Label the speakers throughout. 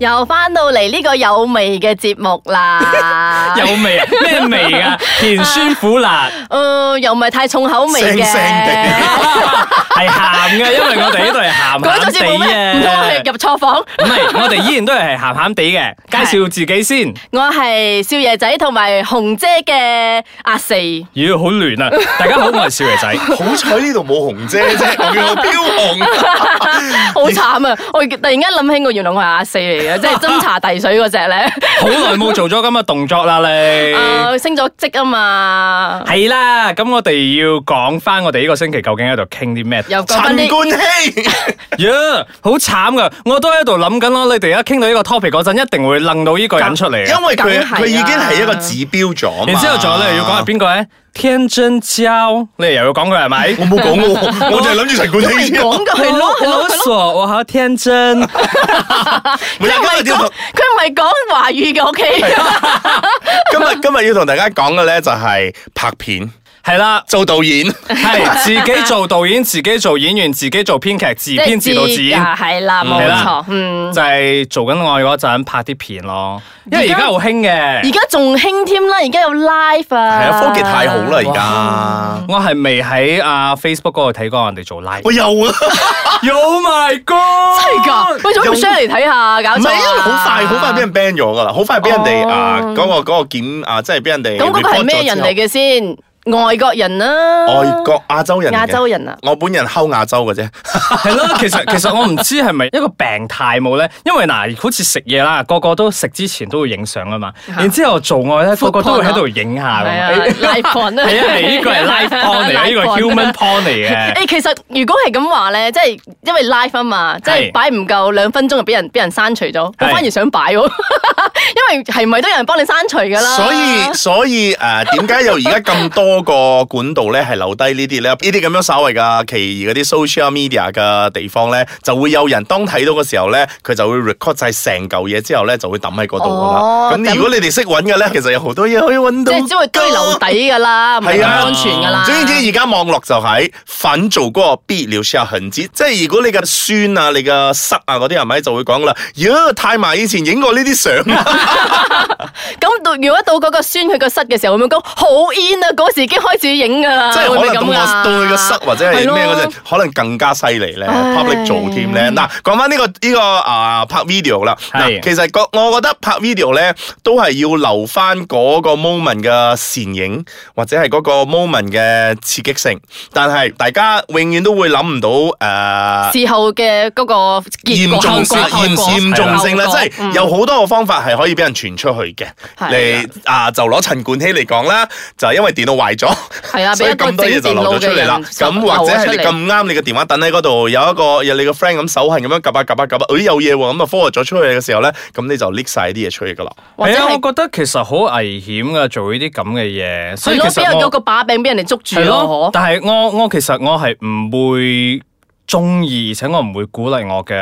Speaker 1: 又翻到嚟呢個有味嘅節目啦，
Speaker 2: 有味啊？咩味啊？甜酸苦辣
Speaker 1: 呃又唔係太重口味嘅，
Speaker 3: 腥腥地
Speaker 2: 係鹹嘅，因為我哋呢度係鹹
Speaker 1: 嗰種節目
Speaker 2: 鹹地
Speaker 1: 咩？唔通我哋
Speaker 2: 啊。
Speaker 1: 入錯房？
Speaker 2: 唔 係，我哋依然都係鹹鹹地嘅。介紹自己先，
Speaker 1: 我係少爺仔同埋紅姐嘅阿四，
Speaker 2: 咦，好亂 啊！大家好，我係少爺仔。
Speaker 3: 好彩呢度冇紅姐 啫，我叫我標紅。
Speaker 1: 好慘啊！我突然間諗起我原來我係阿四嚟嘅，即係斟茶遞水嗰隻咧。
Speaker 2: 好耐冇做咗咁嘅動作啦， 你。
Speaker 1: 啊，升咗職啊嘛，
Speaker 2: 係啦，咁我哋要講翻我哋呢個星期究竟喺度傾啲咩？
Speaker 1: 又講翻
Speaker 3: 陳
Speaker 1: 啲
Speaker 3: 冠希，
Speaker 2: 呀，好慘噶！我都喺度諗緊咯，你哋一傾到呢個 topic 嗰陣，一定會楞到呢個人出嚟啊嘅。
Speaker 3: 因為
Speaker 1: 梗係啊
Speaker 3: 佢
Speaker 1: 啦
Speaker 3: 佢已經係一個指標咗
Speaker 1: 啊
Speaker 3: 嘛啊
Speaker 2: 然之後仲有咧，要講係？邊個咧？天真嬌，你哋又要講佢係咪？
Speaker 3: 我冇講 喎，我就係諗住陳冠希啫。
Speaker 1: 講嘅 係咯，係
Speaker 2: 哦我
Speaker 1: 咯
Speaker 2: 好。傻，我好天真。
Speaker 3: 唔係今日要同
Speaker 1: 佢唔係講華語嘅，OK？
Speaker 2: 啊
Speaker 3: 今日今日要同大家講嘅咧就係拍片
Speaker 2: 係啦，
Speaker 3: 做 導演。
Speaker 2: 係自己做導演，自己做演員，自己做編劇，自 編自導自演，
Speaker 1: 啊係啦，冇
Speaker 2: 係啦
Speaker 1: 錯，嗯。
Speaker 2: 就係做緊愛嗰陣拍啲片咯。因為而家好興
Speaker 1: 而
Speaker 2: 嘅，
Speaker 1: 家仲興添啦，而家有 live 啊！
Speaker 3: 係啊，科技太好啦而家。
Speaker 2: 我係未喺啊 Facebook 嗰度睇過人哋做 live。
Speaker 3: 我 有啊，
Speaker 2: Oh my god！
Speaker 1: 真係㗎，喂，做咩唔 share 嚟睇下？搞
Speaker 3: 唔
Speaker 1: 錯
Speaker 3: 係
Speaker 1: 啊
Speaker 3: 因為好快好快俾人 ban 咗噶啦，好快俾人哋
Speaker 1: 哦
Speaker 3: 啊嗰個嗰個檢啊，即係俾人哋
Speaker 1: 咁嗰個
Speaker 3: report
Speaker 1: 係
Speaker 3: 咗
Speaker 1: 咩人嚟
Speaker 3: 之
Speaker 1: 嘅先？外國人啦，
Speaker 3: 後？外國亞洲人嚟嘅，
Speaker 1: 亞洲人啊，
Speaker 3: 我本人睺亞洲嘅啫。
Speaker 2: 係咯， 其實其實我唔知係咪一個病態冇咧，因為嗱，好似食嘢啦，個個都食之前都會影相啊嘛，然之後做愛咧，個個都會喺度影下咁。
Speaker 1: 係啊
Speaker 2: 哎
Speaker 1: ，live porn 啊，
Speaker 2: 係啊，你呢 個係 live porn 嚟嘅，呢個係 human porn 嚟嘅。
Speaker 1: 誒，其實如果係咁話咧，即係因為 live 啊嘛，即係擺唔夠兩分鐘就俾人俾人刪除咗，我
Speaker 2: 係
Speaker 1: 反而想擺喎， 因為係咪都有人幫你刪除㗎啦？
Speaker 3: 所以所以誒，點解有而家咁多個管道咧係留低呢啲咧？呢啲咁樣所謂嘅其餘嗰啲 social media 嘅地方咧，就會有人當睇到嘅時候咧，佢就會 record 晒成嚿嘢之後咧，就會抌喺嗰度噶
Speaker 1: 哦
Speaker 3: 啦。咁
Speaker 1: 咁
Speaker 3: 如果你哋識揾嘅咧，其實有好多嘢可以揾
Speaker 1: 即
Speaker 3: 到。
Speaker 1: 係只會堆樓底㗎啦，唔係
Speaker 3: 係啊
Speaker 1: 安全㗎啦。
Speaker 3: 總之而家網絡就係反做嗰個必了下痕跡，即係如果你嘅孫啊、你嘅室啊嗰啲係咪就會講啦？呀，太嫲以前影過呢啲相啊，
Speaker 1: 咁到如果到嗰個酸佢個室嘅時候，會唔會講好 in 啊？嗰時已經開始影噶啦，
Speaker 3: 即係
Speaker 1: 會唔會
Speaker 3: 可能到
Speaker 1: 咁
Speaker 3: 我
Speaker 1: 啊
Speaker 3: 到你嘅室或者係咩嗰陣
Speaker 1: 係咯，
Speaker 3: 可能更加犀利咧
Speaker 1: 唉
Speaker 3: ，public 做添咧。嗱，講翻呢個呢個啊拍 video 啦，嗱，
Speaker 2: 係
Speaker 3: 其實個我覺得拍 video 咧都係要留翻嗰個 moment 嘅倩影或者係嗰個 moment 嘅刺激性，但係大家永遠都會諗唔到呃誒。
Speaker 1: 事後嘅嗰個結
Speaker 3: 嚴
Speaker 1: 果
Speaker 3: 重
Speaker 1: 後
Speaker 3: 性、
Speaker 1: 果
Speaker 3: 嚴嚴重性咧，
Speaker 1: 後果
Speaker 3: 即係
Speaker 1: 嗯
Speaker 3: 有好多個方法係可以俾人傳出去嘅。
Speaker 1: 係
Speaker 3: 你啊，就攞陳冠希嚟講啦，就係因為電腦壞咗，
Speaker 1: 係啊，
Speaker 3: 所
Speaker 1: 俾
Speaker 3: 以
Speaker 1: 一個
Speaker 3: 咁多
Speaker 1: 整
Speaker 3: 嘢就
Speaker 1: 電
Speaker 3: 流
Speaker 1: 腦
Speaker 3: 咗出
Speaker 1: 嘅
Speaker 3: 嚟啦。
Speaker 1: 人
Speaker 3: 咁或者係你咁啱，你嘅電話等喺嗰度，有一個有你個 friend 咁手痕咁樣夾下夾下夾下，誒有嘢喎，咁啊 forward 咗出去嘅時候咧，咁你就 leak 晒啲嘢出去噶啦。
Speaker 1: 或者
Speaker 2: 係啊，
Speaker 1: 係
Speaker 2: 我覺得其實好危險噶，做呢啲咁嘅嘢。所
Speaker 1: 係
Speaker 2: 以其
Speaker 1: 咯，俾人
Speaker 2: 實
Speaker 1: 有
Speaker 2: 我
Speaker 1: 個把柄俾人哋捉住啊哦
Speaker 2: 係
Speaker 1: 咯，
Speaker 2: 但係我我其實我係唔會中意，而且我唔會鼓勵我嘅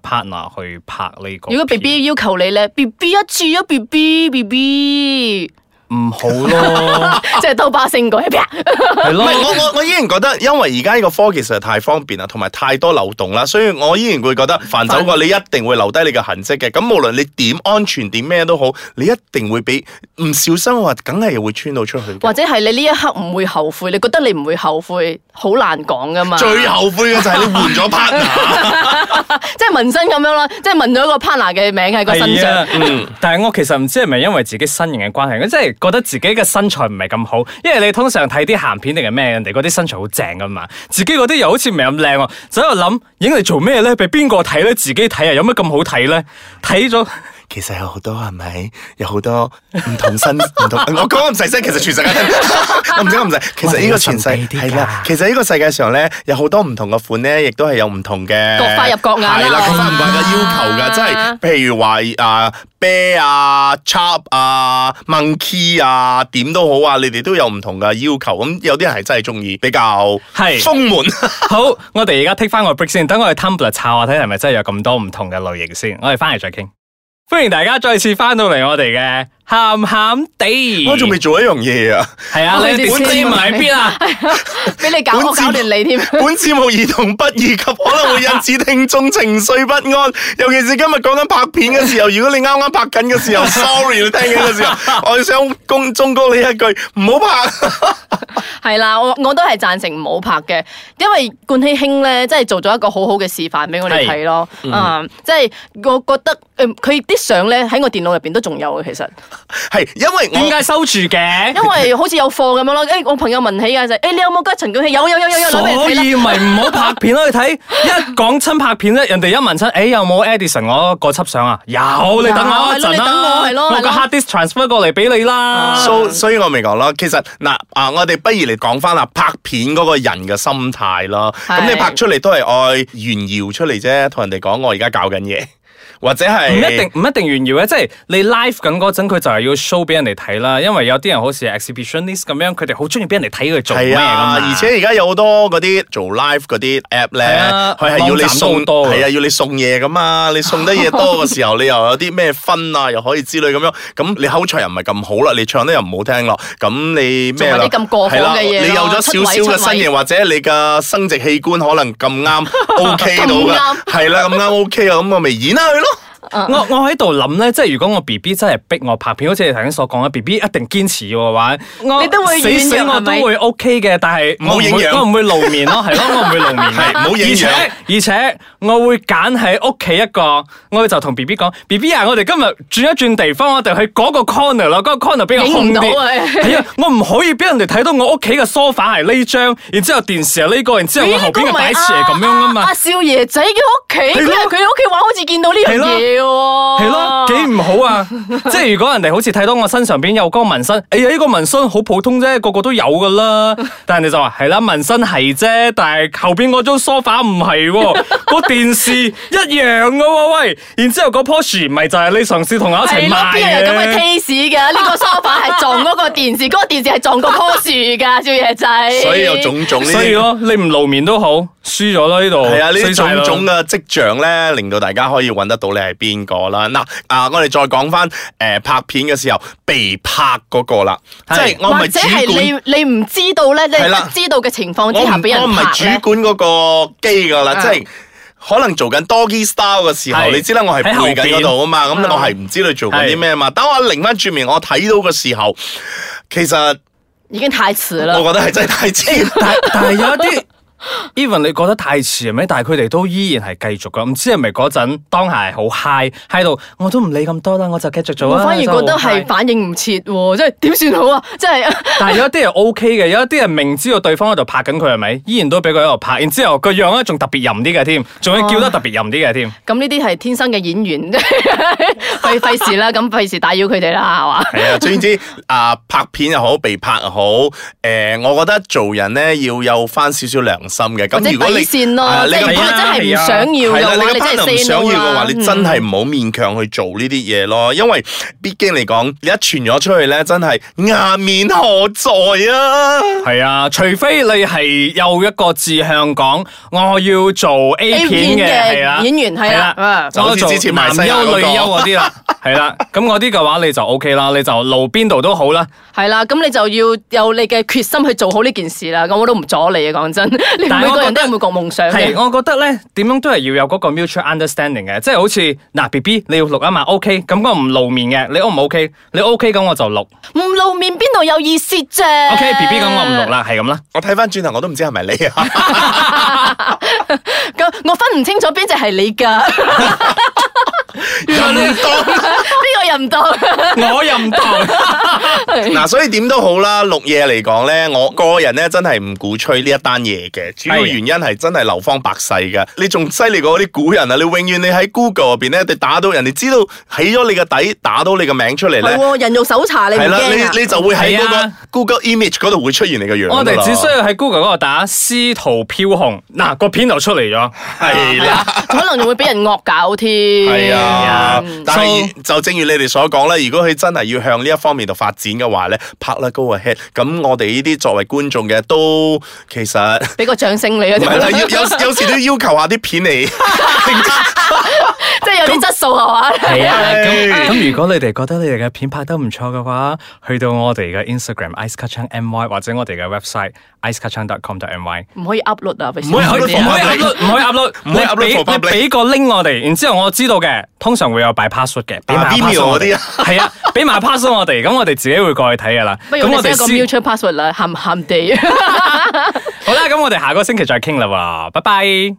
Speaker 2: partner 去拍呢
Speaker 1: 如
Speaker 2: 個片。
Speaker 1: 果 B B 要求你咧，B B 一次啊，B B B B，
Speaker 2: 唔好 咯，
Speaker 3: 啊
Speaker 1: 即係兜巴勝過，啪
Speaker 2: 係
Speaker 3: 唔
Speaker 2: 咯
Speaker 3: 係。我我我依然覺得，因為而家呢個科技實在太方便啦，同埋太多漏洞啦，所以我依然會覺得凡走過你一定會留低你嘅痕跡嘅。咁無論你點安全點咩都好，你一定會俾唔小心話，梗係會穿到出去嘅。
Speaker 1: 或者係你呢一刻唔會後悔，你覺得你唔會後悔，好難講噶嘛。
Speaker 3: 最後悔嘅就係你換咗 partner，
Speaker 1: 即係紋身咁樣啦，即係紋咗個 partner 嘅名喺個身
Speaker 2: 係啊
Speaker 1: 上。，
Speaker 2: 嗯，但係我其實唔知係咪因為自己身形嘅關係，我真係覺得自己嘅身材唔係咁好，因為你通常睇啲鹹片定係咩，人哋嗰啲身材好正噶嘛，自己嗰啲又好似唔係咁靚喎，就喺度諗影嚟做咩咧？俾邊個睇咧？自己睇啊，有乜咁好睇咧？睇咗
Speaker 3: 其實有好多係咪？有好多唔同身 唔同，我講得咁細聲，其實全世界聽唔到 我唔使我唔使。其實呢個全世
Speaker 2: 我哋要神秘啲㗎
Speaker 3: 係啦，其實呢個世界上咧有好多唔同嘅款咧，亦都係有唔同嘅
Speaker 1: 各花入各眼啦啊
Speaker 3: 係啦，
Speaker 1: 係
Speaker 3: 各
Speaker 1: 嘛
Speaker 3: 花入各眼嘅要求㗎，即係譬如話啊啤啊、chop 啊、monkey 啊，點都好啊，你哋都有唔同嘅要求。咁有啲人係真係中意比較
Speaker 2: 係
Speaker 3: 豐滿。
Speaker 2: 好，我哋而家 take 翻個 break 先，等我去 Tumblr 查下睇係咪真係有咁多唔同嘅類型先，我哋翻嚟再傾。歡迎大家再次翻到嚟我哋嘅鹹鹹地，
Speaker 3: 我仲未做一樣嘢啊！
Speaker 2: 係啊，
Speaker 1: 我哋
Speaker 2: 你本
Speaker 1: 先
Speaker 2: 地唔喺邊啊？
Speaker 1: 俾你搞
Speaker 3: 本
Speaker 1: 我
Speaker 3: 節
Speaker 1: 搞
Speaker 3: 目
Speaker 1: 亂你添。
Speaker 3: 本節目兒童不宜及可能會引致聽眾情緒不安，尤其是今日講緊拍片嘅時候，如果你啱啱拍緊嘅 時候，sorry，你聽緊嘅時候，我想公忠告你一句，唔好拍。
Speaker 1: 係啦，我我都係贊成唔好拍嘅，因為冠希兄咧，真係做咗一個好好嘅示範俾我哋睇咯。
Speaker 2: 嗯
Speaker 1: 啊，即係我覺得誒，佢啲相咧喺我電腦入邊都仲有嘅， 其實，
Speaker 3: 係因為
Speaker 2: 點
Speaker 3: 我
Speaker 2: 解收住嘅
Speaker 1: 因？為好似有貨咁樣咯。誒，我朋友問起嘅就係，誒，你有冇跟陳冠希？有有有有有，攞俾人
Speaker 2: 所
Speaker 1: 睇啦
Speaker 2: 以咪唔好拍片咯，你睇一講親拍片咧，人哋一問親，誒有冇 Edison 我個輯相啊？有，你等我一
Speaker 1: 有係
Speaker 2: 陣
Speaker 1: 咯你等
Speaker 2: 啦
Speaker 1: 我，係咯
Speaker 2: 我
Speaker 1: 係
Speaker 2: 個
Speaker 1: 咯
Speaker 2: hard disk transfer 過嚟俾你啦。
Speaker 3: 所所以我咪講咯，其實嗱啊，我哋不如嚟講翻啊拍片嗰個人嘅心態咯。咁
Speaker 1: 係
Speaker 3: 你拍出嚟都係愛炫耀出嚟啫，同人哋講我而家搞緊嘢，或者係
Speaker 2: 唔一定唔一定炫耀啊嘅，即係你 live 緊嗰陣，佢就係要 show 俾人哋睇啦。因為有啲人好似 exhibitionist 咁樣，佢哋好中意俾人哋睇佢做咩
Speaker 3: 係
Speaker 2: 噶嘛
Speaker 3: 啊，。而且而家有好多嗰啲做 live 嗰啲 app
Speaker 2: 係
Speaker 3: 咧
Speaker 2: 啊，
Speaker 3: 佢係要你
Speaker 2: 網站
Speaker 3: 送，
Speaker 2: 都好多㗎
Speaker 3: 係啊，要你送嘢 噶嘛。你送得嘢多嘅時候，你又有啲咩分啊，又可以之類咁樣。咁你口才又唔係咁好啦，你唱得又唔好聽咯。咁你咩
Speaker 1: 做
Speaker 3: 啦？
Speaker 1: 埋啲咁過火
Speaker 3: 係啦
Speaker 1: 嘅嘢咯
Speaker 3: 你有咗
Speaker 1: 出
Speaker 3: 少
Speaker 1: 位
Speaker 3: 少嘅
Speaker 1: 出位
Speaker 3: 身形，或者你嘅生殖器官可能 咁啱 OK 到
Speaker 1: 咁
Speaker 3: 嘅
Speaker 1: 啱，
Speaker 3: 係啦，咁啱 OK 啊，咁我咪演下佢咯。
Speaker 2: 我我喺度諗咧，即係如果我 B B 真係逼我拍片，好似你頭先所講嘅 B B 一定堅持要嘅話，我
Speaker 1: 你都會
Speaker 2: 死死
Speaker 1: 軟弱係
Speaker 2: 我
Speaker 1: 咪
Speaker 2: 都會 O K 嘅，但係
Speaker 3: 唔好
Speaker 2: 我唔會
Speaker 3: 影樣
Speaker 2: 我唔會露面咯，係咯，我唔會露面嘅，
Speaker 3: 係唔好影
Speaker 2: 而且
Speaker 3: 樣
Speaker 2: 而且我會揀喺屋企一個，我就同 B B 講：B B 啊，我哋今日轉一轉地方，我哋去嗰個 corner 咯，嗰個 corner 比較空
Speaker 1: 影唔到
Speaker 2: 啲。
Speaker 1: 啊
Speaker 2: 係啊，我唔可以俾人哋睇到我屋企嘅 sofa 係呢張，然之後電視係呢個，然之後我後邊嘅擺設係咁樣噶嘛
Speaker 1: 阿。啊少爺仔嘅屋企，佢
Speaker 2: 係咯
Speaker 1: 喺佢屋企玩，好似見到呢樣嘢喎。
Speaker 2: 系咯，幾唔好 啊！即係如果人哋好似睇到我身上邊有嗰個紋身，哎呀呢、個紋身好普通啫，個個都有 噶啦。但係人哋就話係啦，紋身係啫，但係後邊嗰張 sofa 唔 係喎，個電視一樣噶喎喂。然之後嗰棵樹唔係就係你嘗試同我一齊
Speaker 1: 係咯，
Speaker 2: 賣
Speaker 1: 邊有人有咁嘅
Speaker 2: 嘅。
Speaker 1: taste 㗎？呢個 sofa 係撞嗰個電視，嗰個電視係撞嗰棵樹㗎，少爺仔。
Speaker 3: 所以有種種呢
Speaker 2: 所以
Speaker 3: 啲。
Speaker 2: 咯，你唔露面都好，輸咗啦呢度。
Speaker 3: 係啊，呢
Speaker 2: 衰
Speaker 3: 啲
Speaker 2: 晒啦
Speaker 3: 種種嘅跡象咧，令到大家可以揾得到你係邊個啦。嗱，啊，我哋再講翻誒拍片嘅時候被拍嗰個啦，即
Speaker 2: 係
Speaker 3: 係我唔
Speaker 1: 或
Speaker 3: 係
Speaker 1: 者
Speaker 3: 主管，
Speaker 1: 係你你唔知道咧，你
Speaker 3: 係啦
Speaker 1: 不知道嘅情況
Speaker 3: 我
Speaker 1: 之
Speaker 3: 唔
Speaker 1: 下俾
Speaker 3: 我
Speaker 1: 人
Speaker 3: 唔
Speaker 1: 拍
Speaker 3: 係主
Speaker 1: 咧。
Speaker 3: 管嗰個機噶啦，
Speaker 1: 嗯
Speaker 3: 即係。可能做緊 doggy style 嘅時候，
Speaker 2: 係
Speaker 3: 你知啦，我係
Speaker 2: 喺後
Speaker 3: 背緊嗰度啊嘛，咁
Speaker 1: 邊
Speaker 3: 我係唔知你做緊啲咩嘛。等我擰翻轉面，我睇到嘅時候，其實
Speaker 1: 已經太遲啦。
Speaker 3: 我覺得係真係太黐。
Speaker 2: 但但係有一啲 even 你覺得太遲係咪？但係佢哋都依然係繼續噶，唔知係咪嗰陣當下係好 high 喺度，我都唔理咁多啦，我就繼續做
Speaker 1: 我
Speaker 2: 啦。
Speaker 1: 反而覺得
Speaker 2: 就好
Speaker 1: 係
Speaker 2: high
Speaker 1: 反應唔切喎，即係點算好啊？即係
Speaker 2: 但係有一啲係 OK 嘅，有一啲係明知道對方喺度拍緊佢係咪，依然都俾佢喺度拍，然之後個樣咧仲特別淫啲嘅添，仲要
Speaker 1: 啊
Speaker 2: 叫得特別淫啲嘅添。
Speaker 1: 咁呢啲係天生嘅演員， 費費事啦，咁費事打擾佢哋啦，係嘛？
Speaker 3: 係啊，總言之啊，拍片又好，被拍又好，诶、我覺得做人咧要有翻少少良心嘅。
Speaker 1: 或者
Speaker 3: 咁如果
Speaker 1: 底
Speaker 3: 你
Speaker 1: 線
Speaker 3: 係啊
Speaker 1: 咯，
Speaker 3: 你
Speaker 1: 即係
Speaker 3: 嘅
Speaker 1: 如果
Speaker 3: partner-
Speaker 1: 真係唔想要嘅話，你
Speaker 3: 係啦，你嘅 partner 唔
Speaker 1: 真係 say
Speaker 3: 想
Speaker 1: no
Speaker 3: 要嘅話，
Speaker 1: 啦。嗯
Speaker 3: 你真係唔好勉強去做呢啲嘢咯，因為畢竟嚟講，你一傳咗出去咧，真係顏面何在啊！
Speaker 2: 係啊，除非你係有一個志向講我要做 A 片嘅，係啊啦
Speaker 1: 演員係啦嗯
Speaker 2: 就好似之前男優女優嗰啲 啦，係啦，咁嗰啲嘅話你就 O K 啦，你就路邊度都好啦。
Speaker 1: 係啦，咁你就要有你嘅決心去做好呢件事啦。咁我都唔阻你啊，講真， 你
Speaker 2: 但係
Speaker 1: 每
Speaker 2: 我
Speaker 1: 個人
Speaker 2: 覺
Speaker 1: 都
Speaker 2: 得
Speaker 1: 有每個夢想
Speaker 2: 係，
Speaker 1: 嘅。
Speaker 2: 我覺得咧點樣都係要有嗰個 mutual understanding 嘅，即係好似嗱 B B 你要錄啊嘛，OK，咁我唔露面嘅，你 O 唔 OK？你 OK 咁我就錄
Speaker 1: 唔露面邊度有意思啫
Speaker 2: ，OK，B B 咁我唔錄。 啦，係咁啦。
Speaker 3: 我睇翻轉頭我都唔知係咪你啊！
Speaker 1: 咁我分唔清楚邊只係你㗎，
Speaker 3: 咁多
Speaker 1: 邊個入唔到？
Speaker 2: 我又唔同。
Speaker 3: 嗱，所以點都好啦，綠夜嚟講咧，我個人咧真係唔鼓吹呢一單嘢嘅，主要
Speaker 2: 係
Speaker 3: 原因係真係流芳百世嘅。你仲犀利過嗰啲古人啊！你永遠你喺 Google 入邊咧，你打到人哋知道起咗你個底，打到你個名出嚟
Speaker 1: 係
Speaker 3: 咧，
Speaker 1: 喎，人肉搜查你唔
Speaker 3: 係啦，
Speaker 1: 驚啊
Speaker 3: 你你就會喺嗰
Speaker 2: 係
Speaker 3: 個
Speaker 2: 啊
Speaker 3: Google Image 嗰度會出現你個樣㗎啦。
Speaker 2: 我哋只需要喺 Google 嗰度打司徒飄紅，嗱個片就出嚟咗。
Speaker 3: 係啦。
Speaker 1: 可能仲會俾人惡搞添。
Speaker 3: 系啊
Speaker 1: 嗯，
Speaker 3: 但係就正如你哋所講咧，如果佢真係要向呢一方面度發展嘅話咧，拍啦 Go Ahead，咁我哋呢啲作為觀眾嘅都其實。
Speaker 1: 俾個掌聲你啊，
Speaker 3: 唔
Speaker 1: 即
Speaker 3: 係啦，
Speaker 1: 係
Speaker 3: 有有有時都要求下啲片嚟，
Speaker 1: 有啲質素係嘛？
Speaker 2: 係啊，
Speaker 3: 係
Speaker 2: 咁咁如果你哋覺得你哋嘅片拍得唔錯嘅話，去到我哋嘅 Instagram i c e c a t c h a n g my 或者我哋嘅 website i c e c a t c h a n g c o m my。
Speaker 1: 唔可以 upload 啊，唔
Speaker 3: 唔可
Speaker 2: 唔可
Speaker 3: 以 upload
Speaker 2: 以
Speaker 3: for
Speaker 2: upload，
Speaker 3: public
Speaker 2: 唔可以 upload，
Speaker 3: 唔可以 upload
Speaker 2: 你俾
Speaker 3: for public
Speaker 2: 你俾個 link 我哋，然之後我知道嘅，通常會有擺 password 嘅，俾埋
Speaker 3: 啊
Speaker 2: password
Speaker 3: Vimeo
Speaker 2: 我哋
Speaker 3: 嗰啲啊，
Speaker 2: 係啊，俾埋 password 我哋，咁我哋自己會過去睇 噶啦。
Speaker 1: 不如
Speaker 2: 咁
Speaker 1: 我哋 set 一個
Speaker 2: 先
Speaker 1: mutual password 啦，鹹鹹地。
Speaker 2: 好啦，咁我哋下個星期再傾啦喎，拜拜。